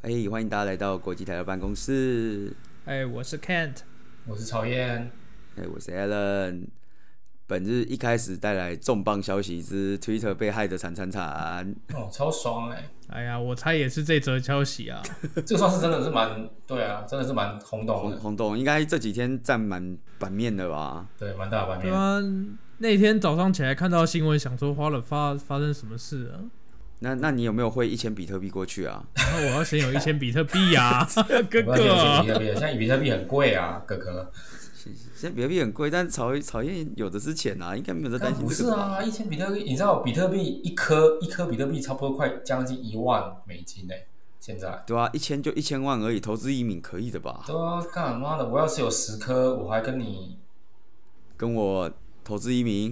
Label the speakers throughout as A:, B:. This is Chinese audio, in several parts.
A: 哎、欢迎大家来到国际台的办公室。
B: 哎，我是 Kent，
C: 我是曹燕，
A: 哎、我是 Alan。本日一开始带来重磅消息之 Twitter 被害的惨惨惨。
C: 哦，超爽哎、
B: 哎呀，我猜也是这则消息啊。
C: 这个算是真的是蛮，对啊，真的是蛮轰动
A: 红
C: 的，
A: 红豆应该这几天占满版面的吧？
C: 对，蛮大的版
B: 对
C: 面。
B: 啊，那天早上起来看到新闻，想说花了发发生什么事啊？
A: 那那你有没有汇一千比特币过去啊？
B: 然后我要先有一千比特币 啊，哥啊
C: 我不知道现
B: 哥
C: 在比。特币，啊现在比特币很贵啊，哥哥。
A: 现在比特币很贵，但曹曹燕有的是钱啊，应该没有在担
C: 但
A: 心
C: 不
A: 这
C: 是
A: 个吧？
C: 啊，一千比特币，你知道比特币一颗一颗比特币差不多快将近一万美金哎、现在。
A: 对啊，一千就一千万而已，投资移民可以的吧？
C: 对啊，干妈的，我要是有十颗，我还跟你
A: 跟我投资移 民。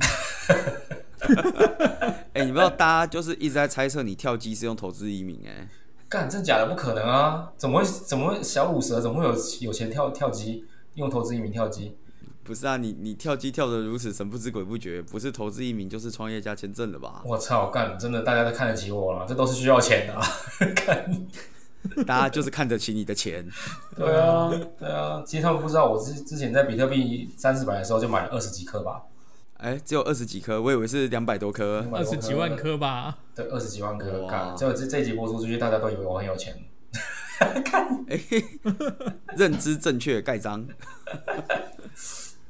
A: 哎、你不知道，大家就是一直在猜测你跳机是用投资移民、哎，
C: 干，真假的不可能啊！怎么会怎么会小五蛇怎么会有有钱跳跳机，用投资移民跳机？
A: 不是啊，你你跳机跳得如此神不知鬼不觉，不是投资移民就是创业家签证了吧？
C: 我操，干，真的大家都看得起我了，这都是需要钱的、啊。
A: 大家就是看得起你的钱，
C: 对啊，对啊，其实他们不知道，我之之前在比特币三四百的时候就买了二十几颗吧，
A: 哎、只有二十几颗，我以为是两百多颗。
B: 二十几万，颗吧，
C: 对，二十几万颗，
A: 哇
C: 干，结果这这一集播出出去，大家都以为我很有钱。
A: 认知正确盖章。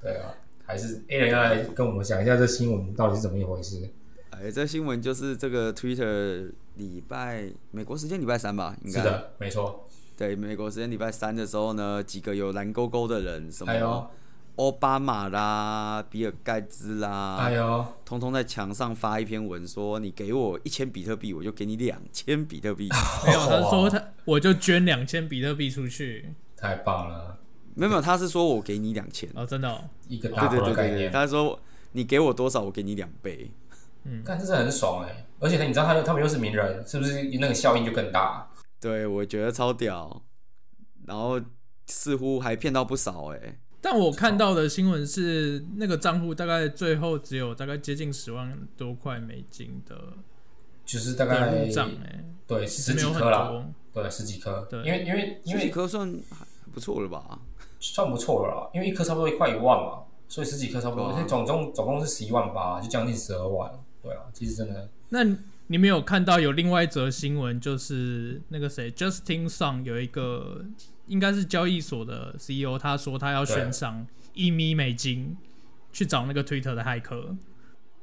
C: 对啊，还是 A 人要来跟我们讲一下这新闻到底是怎么一回事？
A: 哎、这新闻就是这个 Twitter 礼拜美国时间礼拜三吧，
B: 嗯
A: 应
C: 是
A: 该
C: 的，没错，
A: 对美国时间礼拜三的时候呢，几个有蓝勾勾的人，什
C: 哎呦
A: 么奥巴马啦、比尔盖茨
B: 啊
A: 啦，
C: 哎呦，
A: 通通在墙上发一篇文说，你给我一千比特币，我就给你两千比 特币。
C: 啊
B: 没有，他
C: 哇
B: 说他我就捐两千比特币出去
C: 太棒了，
A: 没有没有，他是说我给你两千，
B: 哦，真的哦，
C: 一个
A: 对
C: 大
A: 对对
C: 头啊的概
A: 对对，
C: 念，
A: 他说你给我多少，我给你两倍。
C: 但这是很爽哎，而且呢，你知道他又他们又是名人，是不是那个效应就更大？
A: 对，我觉得超屌，然后似乎还骗到不少哎、
B: 但我看到的新闻是，那个账户大概最后只有大概接近十万多块美金的
C: 就是大概
B: 入账，哎，
C: 对，
B: 其实
C: 十
B: 没
C: 几
B: 有很
C: 颗啦，
B: 多。
C: 对，十几颗，
B: 对
C: 因为因为因
A: 十
C: 为
A: 几颗算还不错了吧？
C: 算不错了啦，因为一颗差不多一块一万嘛，所以十几颗差不多，
A: 对啊
C: 所以总共总共是十一万八，就将近十二万。对啊，其实真的
B: 那你们有看到有另外一则新闻，就是那个谁，Justin Sun 有一个应该是交易所的 CEO，他说他要悬赏一米美金去找那个 Twitter 的骇客，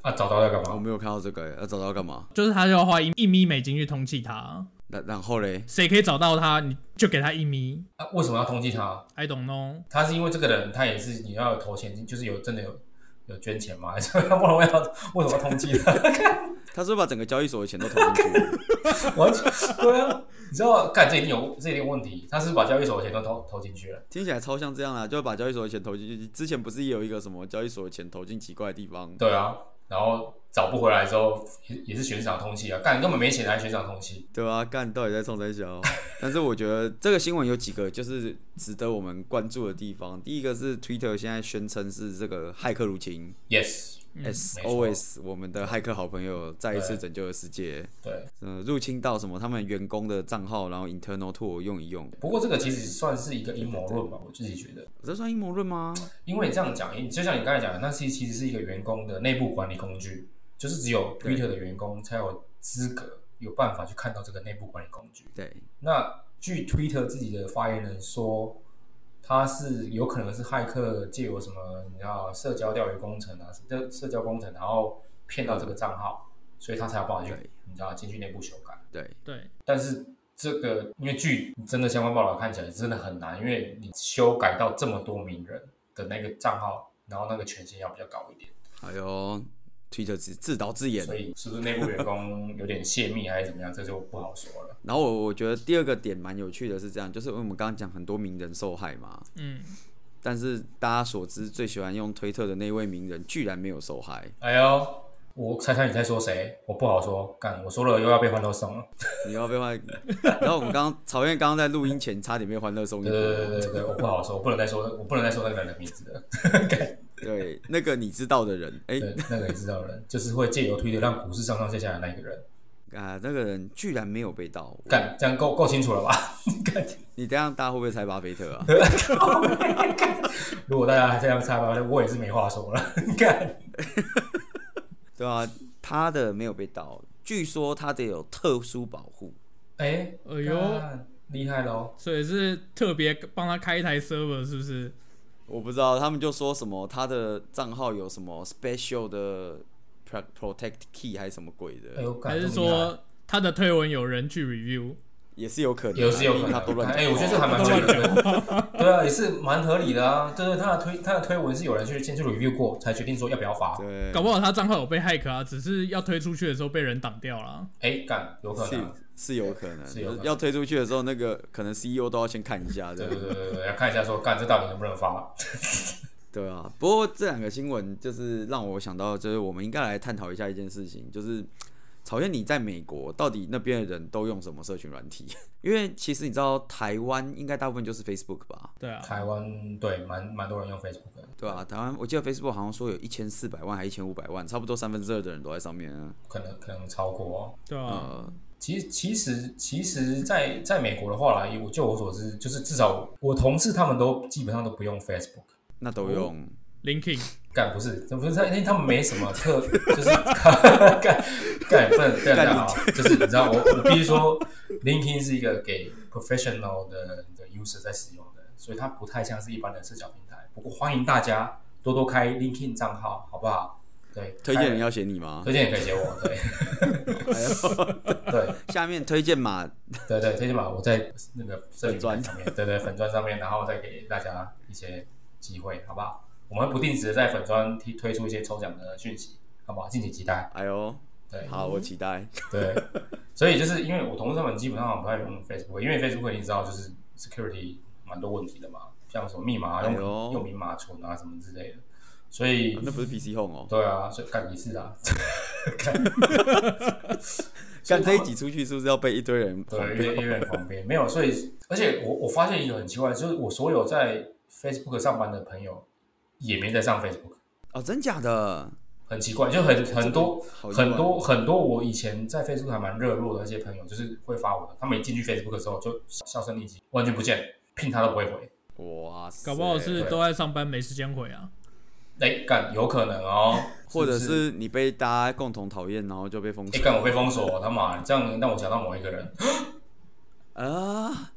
C: 啊，找到要干
A: 我
C: 嘛？
A: 没有看到这个、欸，要找到干嘛？
B: 就是他要花一一米美金去通缉他，
A: 然然后嘞，
B: 谁可以找到他，你就给他一米。
C: 啊，为什么要通缉他？
B: I don't know，
C: 他是因为这个人，他也是你要有投钱，就是有真的有有捐钱吗？还是 要不然我要为什么要通缉他？
A: 他是不是把整个交易所的钱都投进去了，
C: 完全对啊，你知道，干这一定有这一定有问题，他是不是把交易所的钱都投投进去了。
A: 听起来超像这样啊，就把交易所的钱投进去。之前不是也有一个什么交易所的钱投进奇怪的地方？
C: 对啊，然后找不回来之后，也也是悬赏通缉啊，干根本没钱还悬赏通缉。
A: 对啊，干到底在冲三小？ 但是我觉得这个新闻有几个就是值得我们关注的地方。第一个是 Twitter 现在宣称是这个骇客入侵、
C: Yes，
A: s
C: 嗯没错
A: o s 我们的骇客好朋友再一次
C: 对
A: 拯救了世界。
C: 对。
A: 嗯、入侵到什么他们员工的账号，然后 internal tool 用一用，
C: 不过这个其实算是一个阴谋论吧，我自己觉得。
A: 这算阴谋论吗？
C: 因为你这样讲，你就像你刚才讲的，那是其实是一个员工的内部管理工具，就是只有
A: 对
C: Twitter 的员工才有资格、有办法去看到这个内部管理工具。
A: 对，
C: 那据 Twitter 自己的发言人说，他是有可能是骇客借由什么，你知道社交钓鱼工程啊，社社交工程，然后骗到这个账号，所以他才有办法去
A: 对，
C: 你知道进去内部修改。
A: 对，
B: 对，
C: 但是这个因为据真的相关报道看起来真的很难，因为你修改到这么多名人的那个账号，然后那个权限要比较高一点，
A: 还有 Twitter 自自导自演。
C: 所以是不是内部员工有点泄密还是怎么样，这就不好说了。
A: 然后我我觉得第二个点蛮有趣的是这样，就是因为我们刚刚讲很多名人受害嘛，
B: 嗯，
A: 但是大家所知最喜欢用推特的那位名人居然没有受害，
C: 哎呦，我猜猜你在说谁？我不好说，干我说了又要被欢乐送了。
A: 你要 被换。然后我们刚刚曹燕刚刚在录音前差点被欢乐送一
C: 对对对
A: 波，
C: 对对对，我不好说，我不能再说，我不能再说那个人的名字了。
A: 对，那个你知道的人，哎、
C: 对，那个你知道的人，就是会借由推特让股市上上下下的那个人。
A: 啊，那个人居然没有被盗，
C: 干这样够够清楚了吧？
A: 你这样大家会不会猜巴菲特啊？
C: 如果大家还这样猜吧，我也是没话说了。 干，
A: 对啊，他的没有被盗，据说他得有特殊保护，
C: 哎，
B: 哎呦
C: 干，厉害喽！
B: 所以是特别帮他开一台 server 是不是？
A: 我不知道，他们就说什么他的账号有什么 special 的 pro- protect key 还是什么鬼
C: 哎
A: 的，
C: 呦，干
B: 还是
C: 这么厉害
B: 说他的推文有人去 review？
A: 也是有可能啊，
C: 有是有
A: 因
C: 可
A: 为他都
C: 能？
A: 乱讲
C: 哎，我觉得这还蛮合理的。对啊，也是蛮合理的啊。对对，他的推他的推文是有人去先去 review 过，才决定说要不要罚。
A: 对，
B: 搞不好他账号有被 hack 啊，只是要推出去的时候被人挡掉了。
C: 哎，干，有可
A: 是
C: 能。
A: 是有可能，
C: 是有可能
A: 要推出去的时候，那个可能 CEO 都要先看一下，
C: 对
A: 这
C: 对
A: 样
C: 对对对，要看一下说干这到底能不能发。
A: 对啊。不过这两个新闻就是让我想到，就是我们应该来探讨一下一件事情，就是草原你在美国到底那边的人都用什么社群软体？ 因为其实你知道台湾应该大部分就是 Facebook 吧，
B: 对啊，
C: 台湾对蛮蛮多人用 Facebook 的，
A: 对啊，台湾我记得 Facebook 好像说有一千四百万还一千五百万，差不多三分之二的人都在上面啊。
C: 可能可能超过、哦。
B: 对啊，
A: 呃，
C: 其实，其实，其实在，在美国的话啦，我就我所知，就是至少我我同事他们都基本上都不用 Facebook，
A: 那都用。
C: 哦
B: linking
C: 干不是，不是，因为他们没什么特， 就是干干不能这样讲啊，就是你知道，我我必须说，LinkedIn 是一个给 professional 的的 user 在使用的，所以它不太像是一般的社交平台。不过欢迎大家多多开 LinkedIn 账号，好不好？对，
A: 推荐人
C: 开
A: 要写你吗？
C: 推荐也可以写我，对
A: 哎呦
C: 对。
A: 下面推荐码，
C: 对对，推荐码我在那个社
A: 粉
C: 群
A: 专
C: 上面，对对粉砖上面，然后再给大家一些机会，好不好？我们会不定时地在粉砖推推出一些抽奖的讯息，好不好？敬请期待。
A: 哎呦，
C: 对
A: 好，我期待。
C: 对，所以就是因为我同事他们基本上不太用 Facebook，因为 Facebook 你知道就是 security 蛮多问题的嘛，像什么密码啊、
A: 哎
C: 用
A: 呦
C: 用密码存啊什么之类的，所以
A: 啊那不是 PC Home 哦，
C: 对啊，所以干你是啊，
A: 干这一集出去是不是要被一堆人狂
C: 对，
A: 飙
C: 越越旁边没有，所以而且我我发现一个很奇怪，就是我所有在 Facebook 上班的朋友也没在上 Facebook，
A: 哦，真假的？
C: 很奇怪，就很很多
A: 好意外
C: 很多很多我以前在 Facebook 还蛮热络的那些朋友，就是会发我的，他们一进去 Facebook 的时候就销声匿迹，完全不见，聘他都不会回。
A: 哇塞，
B: 搞不好是
C: 对
B: 都在上班没时间回啊。
C: 哎，干有可能哦，
A: 或者
C: 是
A: 是你被大家共同讨厌，然后就被封
C: 哎
A: 锁
C: 干我被封锁，他妈这样让我想到某一个 人，
A: 啊？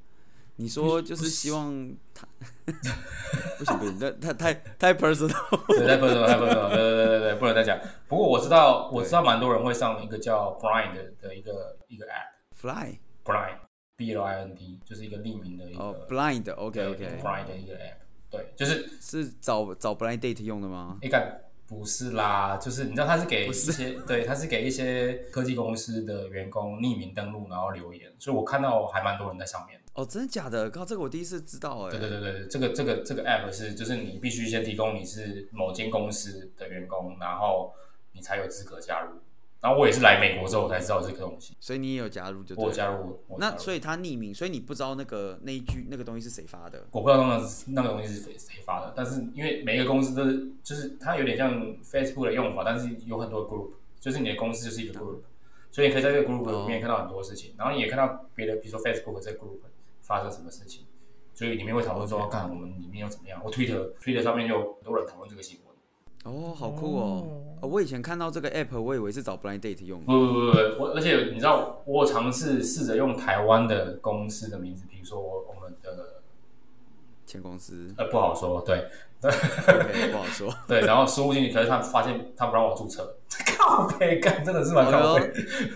A: 你说就是希望他 不行不行，这太太太 personal
C: 对，在不能在不能，对对对对对，不能再讲。不过我知道我知道蛮多人会上一个叫 Brian 的的一个一个 app。
A: fly
C: Blind B L I N D，就是一个匿名的一个、
A: 哦 blind OK
C: 对
A: OK
C: Blind 的一个 app，对，就是
A: 是找找 blind date 用的吗？
C: 哎干不是啦，就是你知道它是给一
A: 不是
C: 些对，它是给一些科技公司的员工匿名登录然后留言，所以我看到还蛮多人在上面。
A: 哦，真的假的？靠，这个我第一次知道哎、
C: 对对对对，对这个这个这个 app 是就是你必须先提供你是某间公司的员工，然后你才有资格加入。然后我也是来美国之后我才知道这个东西，
A: 所以你也有加入就
C: 我
A: 对
C: 有
A: 了。
C: 加入，我有加
A: 那
C: 入
A: 所以他匿名，所以你不知道那个那一句那个东西是谁发的。
C: 我不知道那个那个东西是谁谁发的，但是因为每一个公司都是，就是它有点像 Facebook 的用法，但是有很多 group，就是你的公司就是一个 group，所以你可以在这个 group 里面看到很多事情，然后你也看到别的，比如说 Facebook 这个 group 发生什么事情，所以里面会讨论说，看我们里面又怎么样。我 Twitter Twitter 上面就有很多人讨论这个新闻，
A: 哦，好酷哦！哦我以前看到这个 app，我以为是找 blind date 用的。
C: 不不不不，我而且你知道，我有尝试试着用台湾的公司的名字，比如说我我们的
A: 前公司
C: 呃不好说，对，
A: ，OK，不好 说。
C: 对，然后输入进去，可是他发现他不让我注册， 靠背干真的是蛮
A: 哎
C: 靠
A: 呦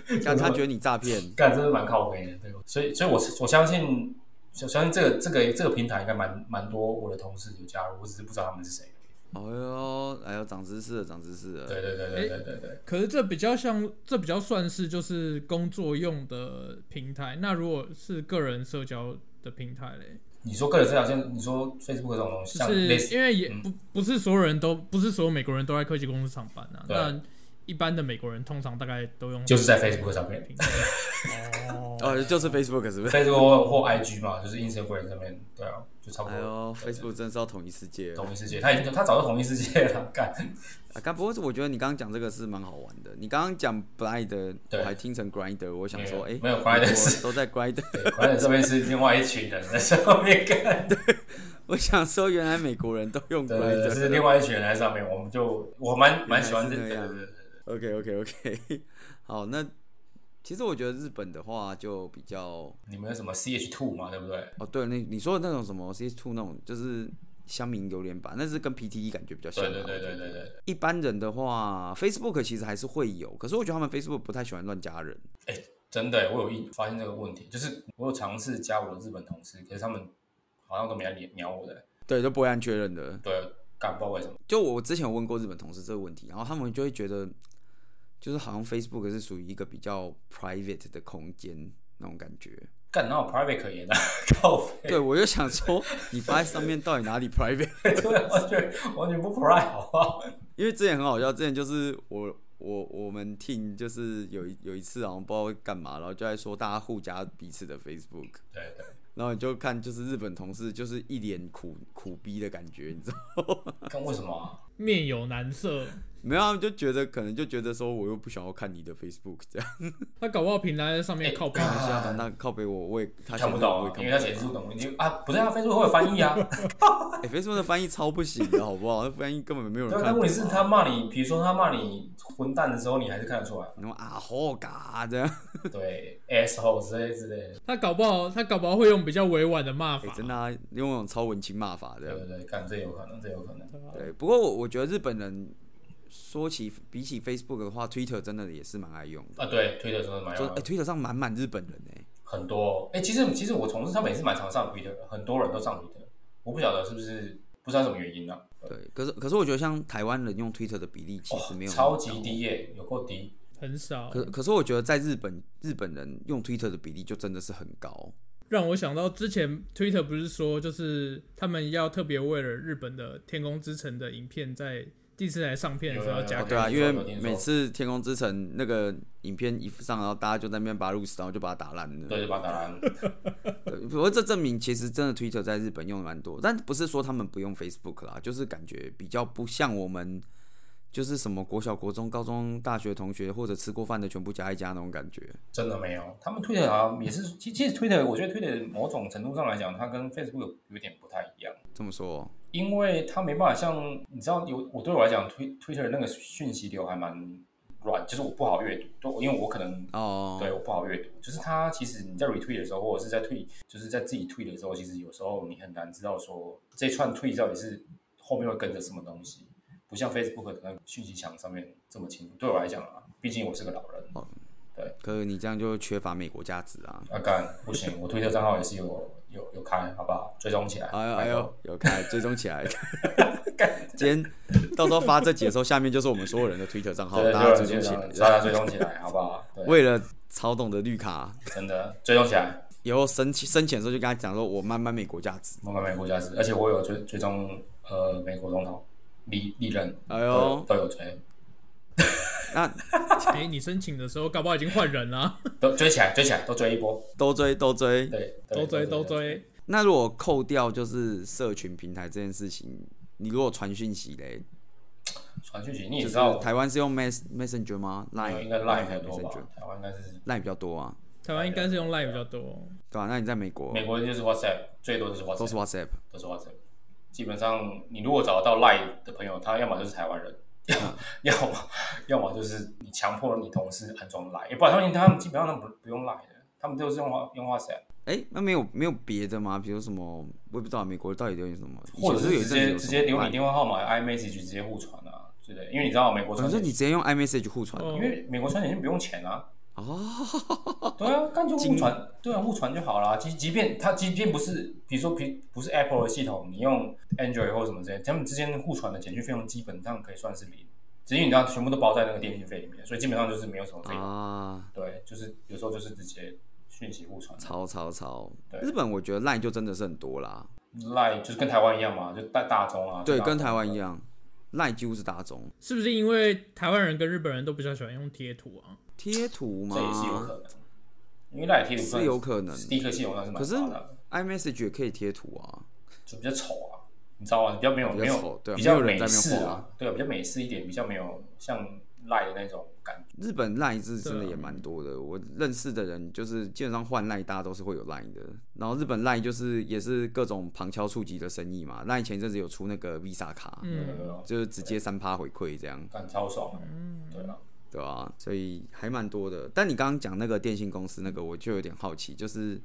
C: 背，
A: 干 他觉得你诈骗，
C: 干真的是蛮靠背的，对，所以所以我我相信，我相信这个这个这个平台应该蛮蛮多我的同事有加入，我只是不知道他们是谁。
A: 哎呦，哎呦，长知识了，长知识了。
C: 对对对对对对对，
B: 可是这比较像，这比较算是就是工作用的平台。那如果是个人社交的平台嘞，
C: 你说个人资料，像你说 Facebook 这种东西，
B: 就
C: 像嗯
B: 是
C: 类似
B: 因为也不不是所有人都不是所有美国人都在科技公司上班啊。
C: 对
B: 那一般的美国人通常大概都用
C: 就是在 Facebook 上面
B: 平台哦，
A: 哦，就是 Facebook 是不是？
C: ，Facebook 或 IG 嘛，就是 Instagram 上面，对啊，就差不
A: 哎
C: 多。
A: 呦，Facebook 真是要统一世界了
C: 统一世界，他已经他早就统一世界了，干。
A: 啊！刚不过我觉得你刚刚讲这个是蛮好玩的。你刚刚讲 Blind，
C: 对
A: 我还听成 Grinder，我想说，哎、
C: 没有没有 Grindr
A: 我
C: 是
A: 都在 Grinder，
C: 反正这边是另外一群人在上面干，
A: 我想说原来美国人都用
C: 对对对，是
A: Grinder。
C: 另外一群人在上面，我们就我蛮蛮喜欢这，
A: 原来
C: 对
A: 是
C: 对
A: 那样
C: 对对
A: OK OK OK，好，那其实我觉得日本的话就比较
C: 你们有什么 CH Two 嘛，对不对？
A: 哦，对，你你说的那种什么 CS Two 那种，就是乡民榴莲版，那是跟 PTE 感觉比较像
C: 对
A: 啊。
C: 对对
A: 我觉
C: 对
A: 得
C: 对对。
A: 一般人的话，Facebook 其实还是会有，可是我觉得他们 Facebook 不太喜欢乱加人。
C: 真的耶，我有一发现这个问题，就是我有尝试加我的日本同事，可是他们好像都没来鸟鸟我的，
A: 对，就不会按确认的。
C: 对，干不知道为什么。
A: 就我之前有问过日本同事这个问题，然后他们就会觉得，就是好像 Facebook 是属于一个比较 private 的空间那种感觉。
C: 干，哪有 private 可言啊？ 靠背，
A: 对，我就想说，你发在上面到底哪里 private？
C: 对啊，完全完全不 private 好不好？
A: 因为之前很好笑，之前就是我我我们 team 就是有一有一次好像不知道干嘛，然后就在说大家互加彼此的 Facebook，
C: 对对，
A: 然后你就看就是日本同事就是一脸苦苦逼的感觉，你知道吗？
C: 干为什么啊？
B: 面有难色。
A: 没有，他们就觉得可能就觉得说我又不想要看你的 Facebook 这 样，
B: 他搞不好平台在上面
C: 哎
B: 靠背
C: 干
B: 一下，
A: 那靠北我我也他
C: 看不
A: 写的
C: 到
A: 我也
C: 啊，因为
A: 看不到。
C: 他写日文，你啊，不是啊，Facebook 会有翻译啊。
A: 哎、f a c e b o o k 的翻译超不行的好不好？那翻译根本没有
C: 对
A: 人
C: 啊，
A: 看
C: 但
A: 懂
C: 问
A: 啊。。
C: 题是，他骂你，比如说他骂你混蛋的时候，你还是看得出来
A: 那么啊吼嘎 这样，哎
C: 对，asshole 之类之类的，
B: 他搞不好他搞不好会用比较委婉的骂
A: 哎、
B: 法，
A: 真的、啊、用那种超文青骂法这样
C: 对对。对，干这有可能，这有可能。
B: 啊
A: 对，不过我我觉得日本人说起比起 Facebook 的话，Twitter 真的也是蛮爱用的。
C: 啊，对，推特真的蛮
A: 就
C: 有
A: 哎、t w i t t e r 上满满日本人哎、
C: 很多。哎、其实其实我同事他们也是蛮常上 Twitter，的很多人都上 Twitter，我不晓得是不是不知道什么原因啊，
A: 对，可是可是我觉得像台湾人用 Twitter 的比例其实没有、
C: 超级。低欸耶、有够低。
B: 很少。
A: 可可是我觉得在日本，日本人用 Twitter 的比例就真的是很高。
B: 让我想到之前 Twitter 不是说，就是他们要特别为了日本的《天空之城》的影片在第四台上片的时候要加
C: 有
A: 哦，
C: 有
A: 对啊，
C: 有
A: 因
C: 听
A: 为
C: 说有听说
A: 每次《天空之城》那个影片一上，然后大家就在那边把路死，然后就把它打烂了。
C: 对，就把打烂。
A: 对，不过这证明其实真的 Twitter 在日本用的蛮多，但不是说他们不用 Facebook 啦，就是感觉比较不像我们，就是什么国小、国中、高中、大学同学或者吃过饭的全部加一加那种感觉。
C: 真的没有，他们 Twitter 好像也是，其其实 Twitter 我觉得 Twitter 某种程度上来讲，它跟 Facebook 有有点不太一样。
A: 这么说，
C: 因为它没办法像你知道有我对我来讲推 Twitter 那个讯息流还蛮软，就是我不好阅读，都因为我可能、
A: 哦，
C: 对我不好阅读，就是它其实你在 retweet 的时候，或者是在退，就是在自己退的时候，其实有时候你很难知道说这串退到底是后面会跟着什么东西，不像 Facebook 可能讯息墙上面这么清楚。对我来讲啊，毕竟我是个老人，
A: 哦可是你这样就缺乏美国价值啊！
C: 啊干不行，我推特账号也是有有有开，好不好？追踪起来，
A: 哎呦哎呦，有开追踪起来，
C: 干，
A: 今天到时候发这集的时候，下面就是我们所有人的 Twitter 账号，
C: 对，
A: 大家
C: 对
A: 追踪
C: 对对
A: 起
C: 对
A: 来。
C: 大家追踪起来，好不 好？对。
A: 为了曹董的绿卡，
C: 真的追踪起来，
A: 以后申请申请的时候就跟他讲说，我慢慢美国价值。
C: 慢慢美国价值，而且我有追追踪呃美国总统历历任，
A: 哎
C: 都有
A: 呦，
C: 都有追，
A: 那
B: 哎、你申请的时候搞不好已经换人了，
C: 都追起来，追起来，都追一波，
A: 都追都追，
C: 对， 对
B: 都追都。追。
A: 那如果扣掉就是社群平台这件事情，你如果传讯息嘞，
C: 传讯息你也
A: 就
C: 知
A: 是
C: 道，
A: 台湾是用 Mess Messenger 吗？Line
C: 应该 Line
A: 还
C: 很
A: 有
C: 多吧
A: Messenger，
C: 台湾应该是
A: Line 比较多啊，
B: 台湾应该是用 Line 比较
C: 啊
B: 多，
A: 对吧、那你在美国
C: 美国就是 WhatsApp，最多就是
A: 都是
C: WhatsApp，
A: WhatsApp，
C: 都是 WhatsApp。基本上你如果找得到 Line 的朋友，他要么就是台湾人，要
A: 嗯
C: 要么要么就是你强迫你同事安装 Line，也不然他们他们基本上他们不不用 Line 的，他们都是用用 WhatsApp。
A: 哎、那没有没有别的吗？比如什么，我也不知道美国到底流行什么，
C: 或者
A: 以前
C: 是
A: 有一阵
C: 直
A: 子
C: 接
A: 有
C: 直
A: 什
C: 接
A: 么
C: 留你
A: Line
C: 电话号码，iMessage 直接互传啊之类的，因为你知道美国
A: 哦，
C: 传嗯
A: 所以
C: 简
A: 你直接用 iMessage 互传哦
B: 哦
C: 因为美国传简讯不用钱啊，
A: 哦，
C: 对啊，干脆互
A: 经
C: 传，对啊，互传就好啦。即即便它即便不是，比如说比不是 Apple 的系统，你用 Android 或者什么之类，他们之间互传的简讯费用基本上可以算是零，只是你知道全部都包在那个电信费里面，所以基本上就是没有什么费用。
A: 啊，
C: 对，就是有时候就是直接讯息互传
A: 超超超
C: 对，
A: 日本我觉得 Line 就真的是很多啦，
C: ，Line 就是跟台湾一样嘛，就大大众啊，
A: 对，
C: 就大
A: 跟
C: 众
A: 台湾一样。赖几乎是大众
B: 是不是因为台湾人跟日本人都比较喜欢用贴图啊？
A: 贴图吗？
C: 这也是有可能，因为赖贴图
A: 是有可能
C: 第一个系统上是蛮
A: 可是
C: 发达的，
A: iMessage 也可以贴图啊，
C: 就比较丑啊，你知道吗？比较没有
A: 比较
C: 没有
A: 丑对啊
C: 比
A: 没
C: 较
A: 有人
C: 美
A: 在那边
C: 式
A: 画
C: 啊，对啊，比较美式一点，比较没有像赖的那种感觉。
A: 日本赖字真的
B: 对啊
A: 也蛮多的，我认识的人就是基本上换赖，大家都是会有赖的。然后日本赖就是也是各种旁敲触击的生意嘛。赖前一阵子有出那个 Visa 卡，
B: 嗯，
A: 就是直接三趴回馈这样，
C: 感超爽的，对啊，
A: 对吧、所以还蛮多的。但你刚刚讲那个电信公司那个，我就有点好奇，就是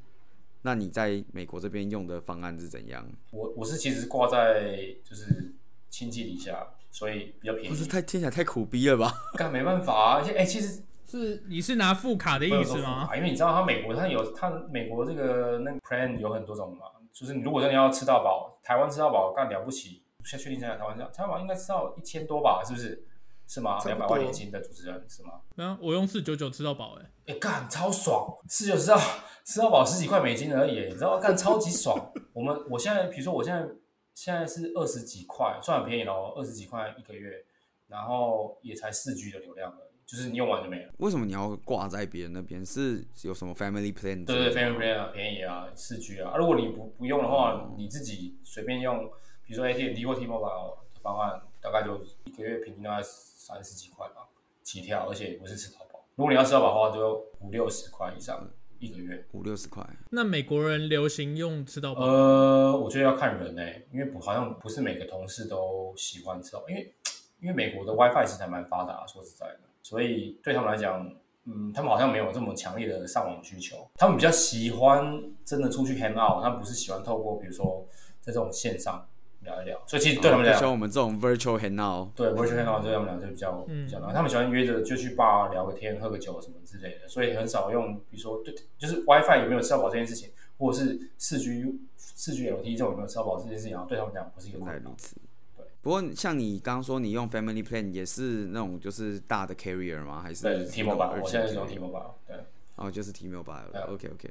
A: 那你在美国这边用的方案是怎样？
C: 我我是其实挂在就是亲戚底下，所以比较便
A: 不是
C: 宜。
A: 太听起来太苦逼了吧？
C: 但没办法啊，而且哎、其实
B: 是你是拿副卡的
C: 不能
B: 意
C: 说
B: 思
C: 复
B: 吗？
C: 杂，啊因为你知道它美国它有它美国这个那个 plan 有很多种嘛，就是你如果真的要吃到饱，台湾吃到饱干了不起，现在确定在台湾这样，台湾应该吃到一千多吧，是不是？是吗？
A: 差
C: 两
A: 不
C: 百
A: 多
C: 万年薪的主持人是吗？
B: 没有，我用四九九吃到饱哎、
C: 哎、干超爽，吃就吃到吃到饱十几块美金而已，你知道干超级爽。我们我现在比如说我现在现在是二十几块，算很便宜咯，二十几块一个月，然后也才四 G 的流量而已，就是你用完就没了。
A: 为什么你要挂在别人那边？是有什么 Family Plan？
C: 对对，非常便宜啊，便宜啊，四 G 啊。啊如果你不不用的话，你自己随便用，比如说 AT&T 或 T-Mobile 的方案，大概就一个月平均大概三十几块吧，起跳，而且也不是吃到饱。如果你要吃到饱的话，就五六十块以上一个月。
A: 五六十块。
B: 那美国人流行用吃到饱，
C: 呃，我觉得要看人呢、因为不好像不是每个同事都喜欢吃到，因为因为美国的 WiFi 其实还蛮发达，说实在的，所以对他们来讲，嗯，他们好像没有这么强烈的上网需求，他们比较喜欢真的出去 hang out，他们不是喜欢透过比如说在这种线上聊一聊，所以其实对他们来
A: 就
C: 讲，
A: 哦像我们这种 virtual hangout，
C: 对 virtual hang out 对他们来讲就比较、比较难，他们喜欢约着就去 bar 聊个天、喝个酒什么之类的，所以很少用，比如说对，就是 WiFi 有没有吃到饱这件事情，或者是四 G 四 G LT 这种有没有吃到饱这件事情，然后对他们来讲不是一个
A: 原来
C: 困
A: 如
C: 扰。
A: 此
C: 对。
A: 不过像你刚刚说你用 Family Plan 也是那种就是大的 carrier 吗？还是
C: 对 T Mobile，我现在是用 T
A: T
C: Mobile，对，
A: 哦，就是 T Mobile
C: 对
A: 了。OK OK，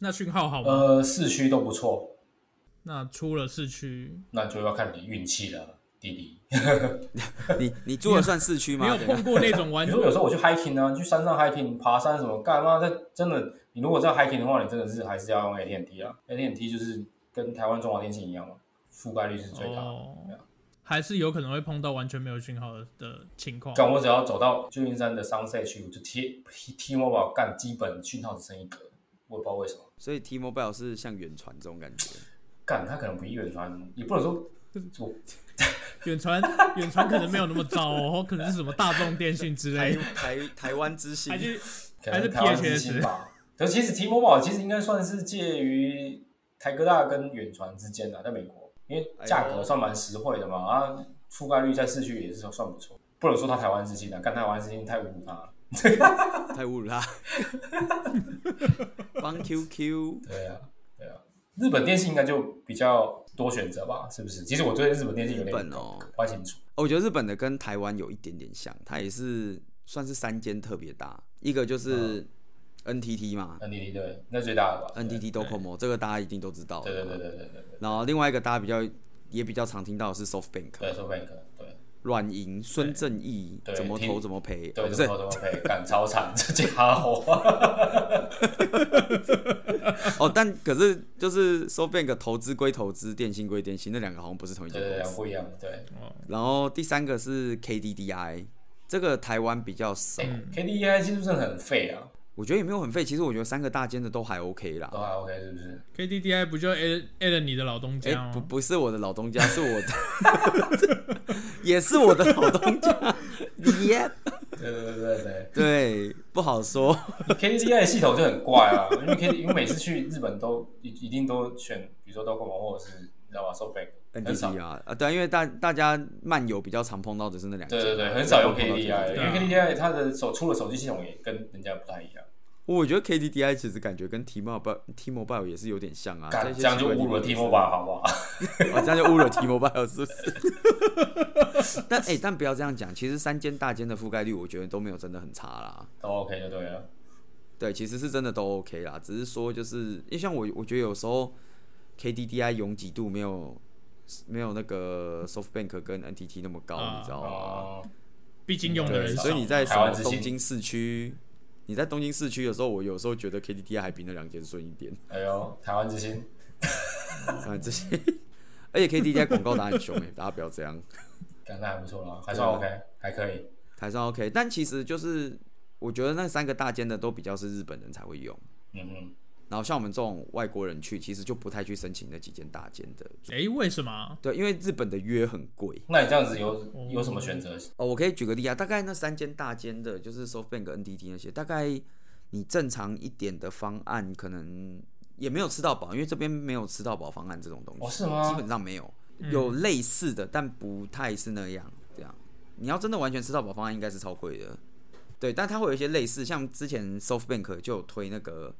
B: 那讯号好吗？
C: 呃，市区都不错，
B: 那出了市区，
C: 那就要看你运气了，弟弟。
A: 你你住的算市区
B: 你
A: 吗？
B: 有
A: 等一下
B: 碰过那种完
C: 比
B: 全
C: 如 说有时候我去 hiking 啊，去山上 hiking 爬山什么，干嘛？在真的，你如果在 hiking 的话，你真的是还是要用 AT&T 啊，AT&T 就是跟台湾中华电信一样嘛，覆盖率是最大的。对
B: 哦
C: 啊，
B: 还是有可能会碰到完全没有讯号的的情况。
C: 干，我只要走到旧金山的商赛区，我就贴 T Mobile 干基本讯号只剩一格，我也不知道为什么。
A: 所以 T Mobile 是像远传这种感觉。
C: 干，他可能不一远传，也不能说我
B: 远传 远传可能没有那么糟哦，可能是什么大众电信之
A: 台
C: 哎
B: 类的，
A: 台台湾之星
B: 还，是
C: 可
B: 还是
C: 能台湾之
B: PHS
C: 星吧。可是其实 T Mobile 其实应该算是介于台科大跟远传之间的，在美国，因为价格算蛮实惠的嘛，啊，覆盖率在市区也是算不错。不能说它台湾之星啊，干台湾之星太侮辱它了。
A: 太侮辱他。帮 QQ，
C: 对啊，对啊，日本电信应该就比较多选择吧，是不是？其实我对日本电信有点
A: 日本哦
C: 不太清楚。
A: 哦我觉得日本的跟台湾有一点点像，它也是算是三间特别大，一个就是
C: 嗯
A: NTT 嘛
C: NTT 对，那最大的吧。
A: ，NTT Docomo 这个大家一定都知道。
C: 对对对对对对对，
A: 然后另外一个大家比较也比较常听到的是 SoftBank，
C: 对说 bank 对
A: 软银孙正义
C: 对
A: 怎么投
C: 听
A: 怎么赔，
C: 对，
A: 哦不
C: 这
A: 是
C: 么怎么配干超惨，这家伙
A: 哦，但可是就是 SoftBank 投资归投资，电信归电信，那两个好像不是同一
C: 对
A: 间
C: 对
A: 公
C: 对
A: 司。
C: 不一样，对。
A: 然后第三个是 KDDI，这个台湾比较少，
C: 哎 KDDI 技术真的很废啊，
A: 我觉得也没有很废。其实我觉得三个大间的都还 OK 啦
C: 都。还啊 OK 是不是？
B: KDDI 不就 A A 了你的老东
A: 哎、
B: 家
A: 不
B: 吗？
A: 不是我的老东家，是我的，也是我的 老东家。 耶、
C: 对对对对对
A: 对，不好说。
C: ，KDDI 的系统就很怪啊，因为 K 因为每次去日本都一一定都选，比如说 DoCoMo 或者是你知道吧 SoftBank，很少
A: NTT 啊，啊对啊，因为大大家漫游比较常碰到的是那两家，啊
C: 对对对，很少用
A: 碰到
C: KDDI，因
B: 对啊
C: 为 KDDI 它的手出了手机系统也跟人家不太一样，
A: 我觉得 KDDI 其实感觉跟 T Mobile T Mobile 也是有点像啊，在
C: 干
A: 一
C: 这
A: 些
C: 样就
A: 奇怪的
C: 侮辱了
A: 地
C: T
A: 方
C: Mobile 好不好？
A: 哦，这样就侮辱 T Mobile 是不是？ 但哎、但不要这样讲，其实三间大间的覆盖率，我觉得都没有真的很差啦。
C: 都 OK 就对了，
A: 对，其实是真的都 OK 啦，只是说就是，因为像我，我觉得有时候 KDDI 拥挤度没有没有那个 SoftBank 跟 NTT 那么高，
B: 啊
A: 你知道吗？
C: 哦，
B: 毕竟用的
A: 对，
B: 人少
A: 所以你在什
C: 台
A: 么
C: 湾之星
A: 东京市区，你在东京市区的时候，我有时候觉得 KDDI 还比那两间顺一点。
C: 哎呦，台湾之星，
A: 啊，这些， 而且 KDDI 广告打很凶哎、大家不要这样。
C: 感觉还不错啦，还算 OK，还可以。
A: 台上 OK，但其实就是我觉得那三个大间的都比较是日本人才会用，
C: 嗯嗯，
A: 然后像我们这种外国人去，其实就不太去申请那几间大间的。
B: 哎、为什么？
A: 对，因为日本的约很贵
C: 那你这样子有有什么选择？
A: 哦。我可以举个例啊，大概那三间大间的，就是 SoftBank、NTT 那些，大概你正常一点的方案，可能也没有吃到饱，因为这边没有吃到饱方案这种东西。
C: 哦，是吗嗯
A: 基？本上没有，有类似的，但不太是那样。这样，你要真的完全吃到饱方案，应该是超贵的。对，但它会有一些类似，像之前 SoftBank 就有推那个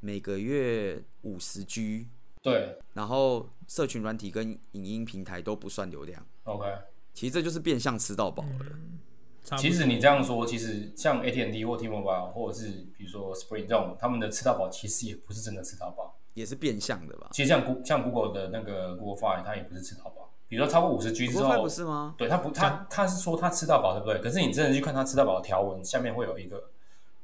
A: 每个月五十 G，
C: 对
A: 然后社群软体跟影音平台都不算流量，
C: ，OK。
A: 其实这就是变相吃到饱
C: 嗯
A: 了。
B: 差不多
C: 其实你这样说，其实像 AT&T 或 T-Mobile 或者是比如说 Spring 这种，他们的吃到饱其实也不是真的吃到饱。
A: 也是变相的吧？
C: 其实像 Google 像 Google 的那个 Google Fi，它也不是吃到饱。比如说超过五十 G 之
A: 国泰
C: 后
A: 不，是吗？
C: 对它不它它是说它吃到饱，对不对？可是你真的去看它吃到饱的条文，下面会有一个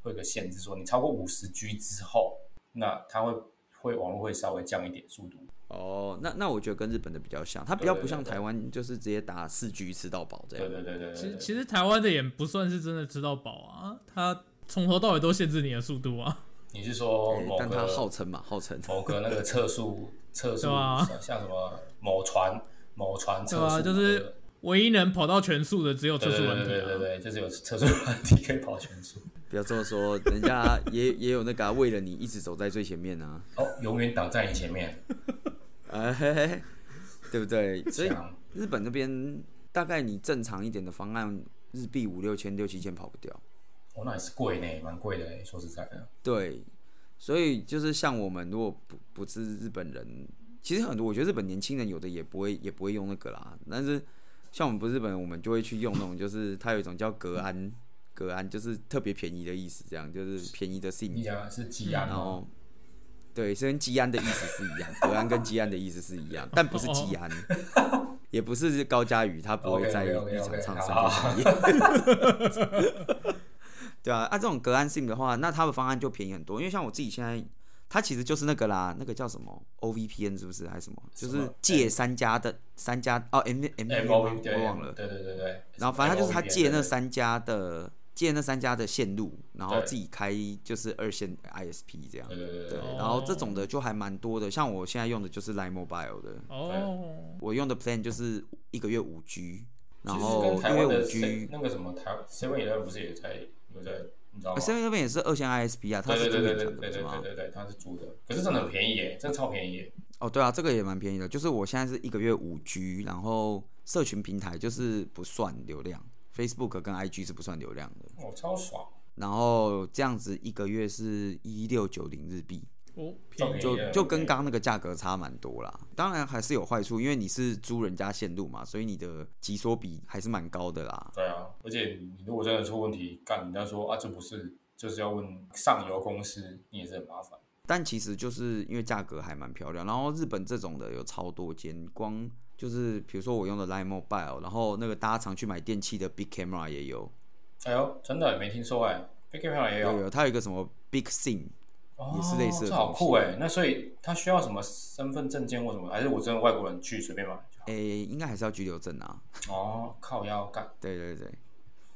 C: 会有一个限制，说你超过五十 G 之后，那它会会网络会稍微降一点速度。
A: 哦，那那我觉得跟日本的比较像，它比较
C: 对对
A: 不像
C: 对
A: 台湾，就是直接打四 G 吃到饱这
C: 对
A: 样。
C: 对对对对
B: 其实
C: 对。
B: 其实台湾的也不算是真的吃到饱啊，它从头到尾都限制你的速度啊。
C: 你是说
A: 哎
C: 某
A: 但它号
C: 个
A: 称嘛，号称。
C: 某个那个测速测速
B: 对啊
C: 像什么某船某船测
B: 对啊
C: 速，
B: 就是唯一能跑到全速的只有测
C: 对
B: 速
C: 对
B: 软
C: 对对
B: 体啊。
C: 对对，就是有测速软体可以跑全速。
A: 不要这么说，人家 也也有那个啊、为了你一直走在最前面啊，
C: 哦，永远挡在你前面，
A: 哎、嘿嘿对不对？所以
C: 强
A: 日本那边大概你正常一点的方案，日币五六千、六七千跑不掉。
C: 哦，那也是贵呢，蛮贵的欸，说实在的。
A: 对，所以就是像我们如果不不是日本人，其实很多我觉得日本年轻人有的也不会也不会用那个啦，但是像我们不是日本人，我们就会去用那种就是它有一种叫格安，格安就是特别便宜的意思，这样就是便宜的 SIM
C: 你讲的是吉安
A: 然
C: 哦，
A: 后，对，是跟基安的意思是一样，德安跟基安的意思是一
C: 哦
A: 样，但不是基安，也不是高佳宇，他不会在立
C: OK，OK，OK，OK，
A: 场上
C: 好
A: 身边上演。 对啊，啊，这种隔岸性的话，那他的方案就便宜很多，因为像我自己现在，它其实就是那个啦，那个叫什么 OVPN 是不是还是什么？就
C: 什
A: 是
C: 么
A: 借三家的三家哦 M M
C: 哎
A: V
C: 猫咪对
A: 我忘了，
C: 对对对对。
A: 然后反正他就是他借那
C: 对，
A: 三家的借那三家的线路，然后
C: 对
A: 自己开就是二线 ISP 这样。
C: 对对对对
A: 对
C: 对，
B: 哦
A: 然后这种的就还蛮多的，像我现在用的就是 Line Mobile 的，
B: 哦，
A: 我用的 plan 就是一个月五 G，然
C: 其实
A: 后
C: 跟台
A: 因为五
C: 湾的
A: G，
C: 7-Eleven- 那个什么台 Seven Eleven 不是也在有在，你知道吗？
A: 现在那边呃也是二线 ISP 啊，它
C: 对
A: 是中
C: 对对
A: 原
C: 对
A: 厂
C: 对对
A: 的是
C: 对
A: 吗？
C: 对对，它是租的，可是真的很便宜耶，真的超便宜耶。
A: 哦，对啊，这个也蛮便宜的，就是我现在是一个月五 G，然后社群平台就是不算流量，Facebook 跟 IG 是不算流量的，
C: 哦，超爽，
A: 然后这样子一个月是一六九零日币，
B: 哦，
C: 照
B: 便
C: 片
B: 宜
A: 就
C: 也
A: 就
C: 很
A: 跟
C: 便宜
A: 刚刚那个价格差蛮多啦，当然还是有坏处，因为你是租人家线路嘛，所以你的极缩比还是蛮高的啦。
C: 对啊，而且你如果真的出问题，干人家说啊，这不是，就是要问上游公司，你也是很麻烦。
A: 但其实就是因为价格还蛮漂亮，然后日本这种的有超多间，光就是比如说我用的 Line Mobile，然后那个大家常去买电器的 Big Camera 也有，
C: 哎呦，真的没听说哎，Big c a m e 也
A: 有
C: 有，
A: 有，它有一个什么 Big Sim，
C: 哦
A: 也是类似的
C: 这好
A: 东西
C: 酷哎。那所以他需要什么身份证件或什么？还是我真的外国人去随便买就好？
A: 诶，应该还是要居留证啊。
C: 哦，靠腰干，
A: 对对对，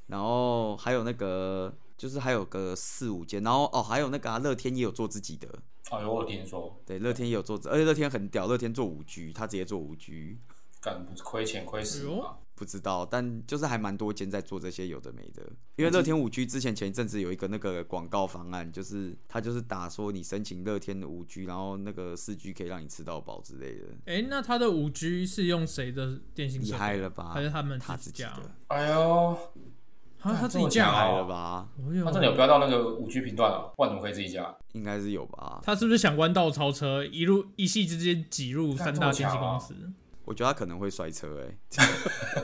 A: 然后还有那个就是还有个四五间，然后哦还有那个啊乐天也有做自己的，
C: 哎呦，我有听说，
A: 对，乐天也有做，而且乐天很屌，乐天做五 G，他直接做五 G，
C: 干不亏钱亏死
B: 哎呦
C: 啊！
A: 不知道，但就是还蛮多间在做这些有的没的。因为乐天五 G 之前前一阵子有一个那个广告方案，就是他就是打说你申请乐天的五 G，然后那个四 G 可以让你吃到饱之类的，
B: 哎、那它的五 G 是用谁的电信
A: 厉
B: 设
A: 害
B: 备？
A: 了吧？
B: 还是他们
A: 他
B: 自
A: 自
B: 己
A: 己
B: 架
A: 的，
C: 哎呦，
B: 他他自己
C: 这么
A: 厉
B: 架
C: 强
A: 害
C: 啊
B: 哦，
A: 了吧？
B: 哎呦
C: 他真的有标到那个五 G 频段啊，不然怎么可以自己加？
A: 应该是有吧？
B: 他是不是想弯道超车，一路一夕之间挤入三大电信
A: 哦
B: 公司？
A: 我觉得他可能会摔车哎、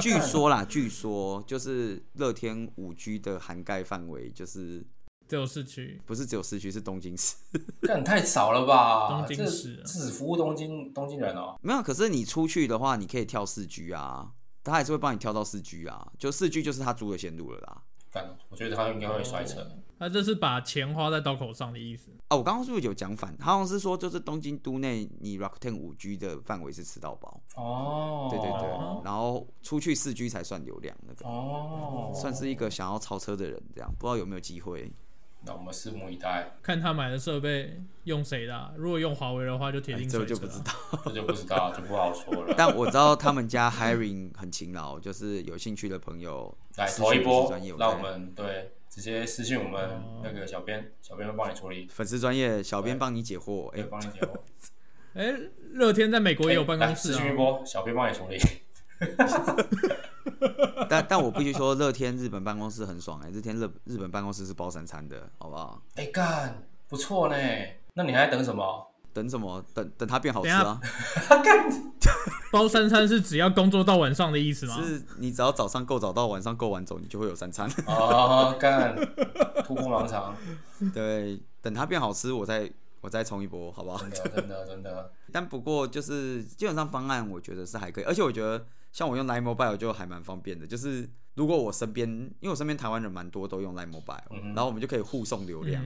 A: 据说啦，据说就是乐天五 G 的涵盖范围就是
B: 只有市区，
A: 不是只有市区，是东京市。
C: 干太少了吧？
B: 东京
C: 这
B: 市啊
C: 这只服务东京东京人哦。
A: 没有，可是你出去的话，你可以跳四 G 啊，他还是会帮你跳到四 G 啊。就四 G 就是他租的线路了啦。
C: 干，我觉得他应该会摔车。
B: 他这是把钱花在刀口上的意思。
A: 啊，我刚刚是不是有讲反？他好像是说，就是东京都内你 Rakuten 五 G 的范围是吃到饱，
C: 哦，
A: 对对对，
B: 哦
A: 然后出去四 G 才算流量那个。
C: 哦，
A: 算是一个想要超车的人，这样不知道有没有机会。
C: 那我们拭目以待，
B: 看他买的设备用谁的啊、如果用华为的话，就铁定
A: 哎这
B: 水
A: 我
B: 车
A: 就
B: 啊、
A: 不知道。
C: 这就不知道，就不好 说了。
A: 但我知道他们家 hiring 很勤劳，就是有兴趣的朋友
C: 来
A: 私
C: 投一
A: 讯粉丝
C: 波
A: 专业，，
C: 让我
A: 在
C: 们对直接私信我们那个小
B: 哦
C: 编，小编会帮你处理，
A: 粉丝专业小编帮你解惑。哎、
C: 对，帮你 解惑。哎
B: 哎，乐天在美国也有办
C: 来
B: 公室
C: 私
B: 啊
C: 信一。波，小编帮你处理。
A: 但但我必须说，乐天日本办公室很爽哎、乐天日日本办公室是包三餐的，好不好？
C: 哎干，不错呢，那你还在等什么？
A: 等什么？等等它变好吃啊！
B: 包三餐是只要工作到晚上的意思吗？
A: 是你只要早上够早到，晚上够晚走，你就会有三餐。
C: 哦， 干，突破盲肠，
A: 对，等它变好吃，我再我再冲一波，好不好
C: 真？的真的真的，
A: 但不过就是基本上方案，我觉得是还可以，而且我觉得像我用 Line Mobile 就还蛮方便的，就是如果我身边，因为我身边台湾人蛮多都用 Line Mobile，、然后我们就可以互送流
B: 嗯
A: 量。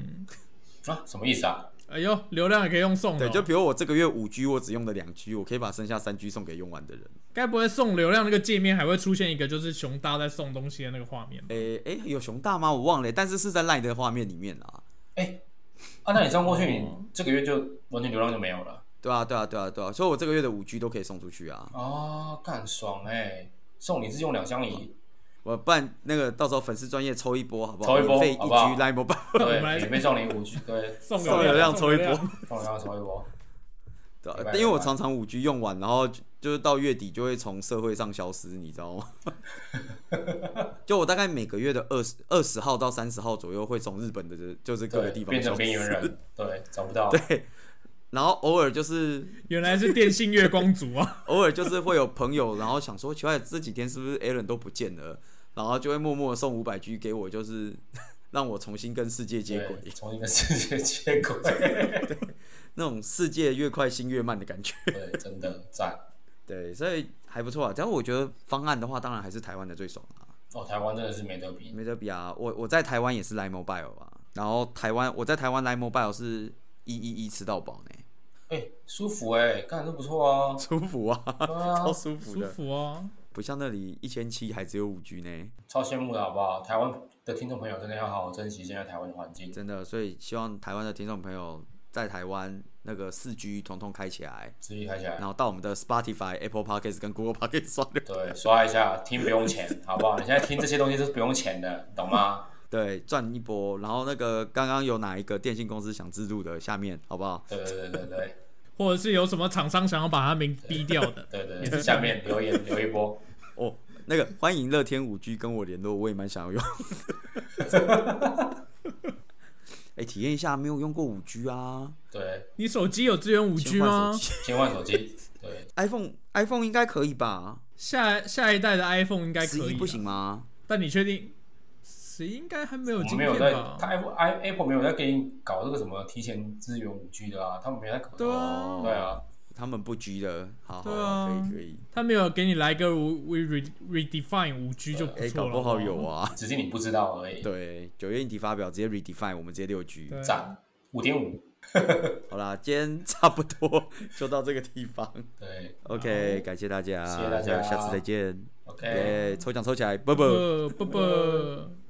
C: 啊，什么意思啊？
B: 哎呦，流量也可以用送的
A: 对，
B: 哦、
A: 就比如我这个月五 G，我只用了两 G，我可以把剩下三 G 送给用完的人。
B: 该不会送流量那个界面还会出现一个就是熊大在送东西的那个画面吧？
A: 诶诶，有熊大吗？我忘了，但是是在 Line 的画面里面啦。
C: 哎，啊，那你这样过去，你
B: 哦
C: 这个月就完全流量就没有了。
A: 对啊，对啊，对啊，对啊，所以我这个月的五 G 都可以送出去啊，
C: 哦，干爽哎、送你是用两相宜，
A: 我不然那个到时候粉丝专业抽一波好不好？
C: 抽一波
A: 免费一 G
C: 好不好
A: Line Mobile
B: 我
C: 对
B: 们，来
C: 免费送你五 G，对，
B: 送
A: 送流量抽一波
B: 流。量
C: 送你要抽一波。
A: 对啊
C: 明白，
A: 因为我
C: 明白
A: 常常五 G 用完，然后就就是到月底就会从社会上消失，你知道吗？ 就我大概每个月的二十二十号到三十号左右，会从日本的这就是各个
C: 对，
A: 地方
C: 变
A: 消
C: 成边
A: 失，
C: 缘 人，对，找不到，
A: 然后偶尔就是
B: 原来是电信月光族啊！
A: 偶尔就是会有朋友，然后想说奇怪这几天是不是 Alan 都不见了，然后就会默默地送五百 G 给我，就是 让我重新跟世界接轨
C: 对，，从一个世界接轨，
A: 那种世界越快心越慢的感觉。
C: 对，真的赞。
A: 对，所以还不错啊。但我觉得方案的话，当然还是台湾的最爽啊。
C: 哦，台湾真的是没得比，
A: 没得比啊！我我在台湾也是 Line Mobile 啊，然后台湾我在台湾 Line Mobile 是一一一吃到饱呢，
C: 哎、舒服哎、干的不错啊，
A: 舒服啊，
C: 对 啊
A: 超，舒服
B: 舒
A: 的，
B: 服哦，
A: 不像那里一千七还只有五 G 呢，
C: 超羡慕的好不好？台湾的听众朋友真的要好好珍惜现在台湾的环境，
A: 真的。所以希望台湾的听众朋友在台湾那个四 G 统统开起来，
C: 自己开起来
A: 然，后到我们的 Spotify、Apple Podcast 跟 Google Podcast 刷流，
C: 对，刷一下，听不用钱，好不好？你现在听这些东西都是不用钱的，懂吗？
A: 对，赚一波。然后那个刚刚有哪一个电信公司想自助的，下面好不好？
C: 对对对对对。
B: 或者是有什么厂商想要把他名逼掉 的？
C: 对对，对，下面留言留一波，
A: 哦，那个欢迎乐天五 G 跟我联络，我也蛮想要用。 哎、体验一下，没有用过五 G 啊，
C: 对，
B: 你手机有支援五 G
A: 先换
B: 吗
A: 手？机
C: 先换 手机，对，
A: ？iPhone iPhone 应该可以吧？
B: 下下一代的 iPhone 应该
A: 十
B: 可
A: 一
B: 以，啊
A: 不行？吗？
B: 但你确定？十一应该还没有
C: 我们
B: 晶
C: 没
B: 片
C: 有在，
B: 吧
C: 他？Apple i Apple 没有在给你搞这个什么提前支援五 G 的啊，他们没在搞，
B: 对
A: 哦
B: 啊，
C: 对啊，
A: 他们不 G 的，好好，
B: 对啊
A: 可以可以。
B: 他没有给你来个五 we re redefine 五 G 就不
A: 哎、
B: 错
A: 搞
B: 了，哦
A: 不好有。啊。
C: 只是你不知道而已，
A: 对，九月一体发表，直接 redefine，我们直接六 G。
B: 对
C: 赞五点五，
A: 好啦，今天差不多就到这个地方。
C: 对
A: OK，感谢大家，
C: 谢谢大家哎
A: 下次再见。
C: ，OK，
A: 耶，抽奖抽起来，啵啵。
B: 不不不。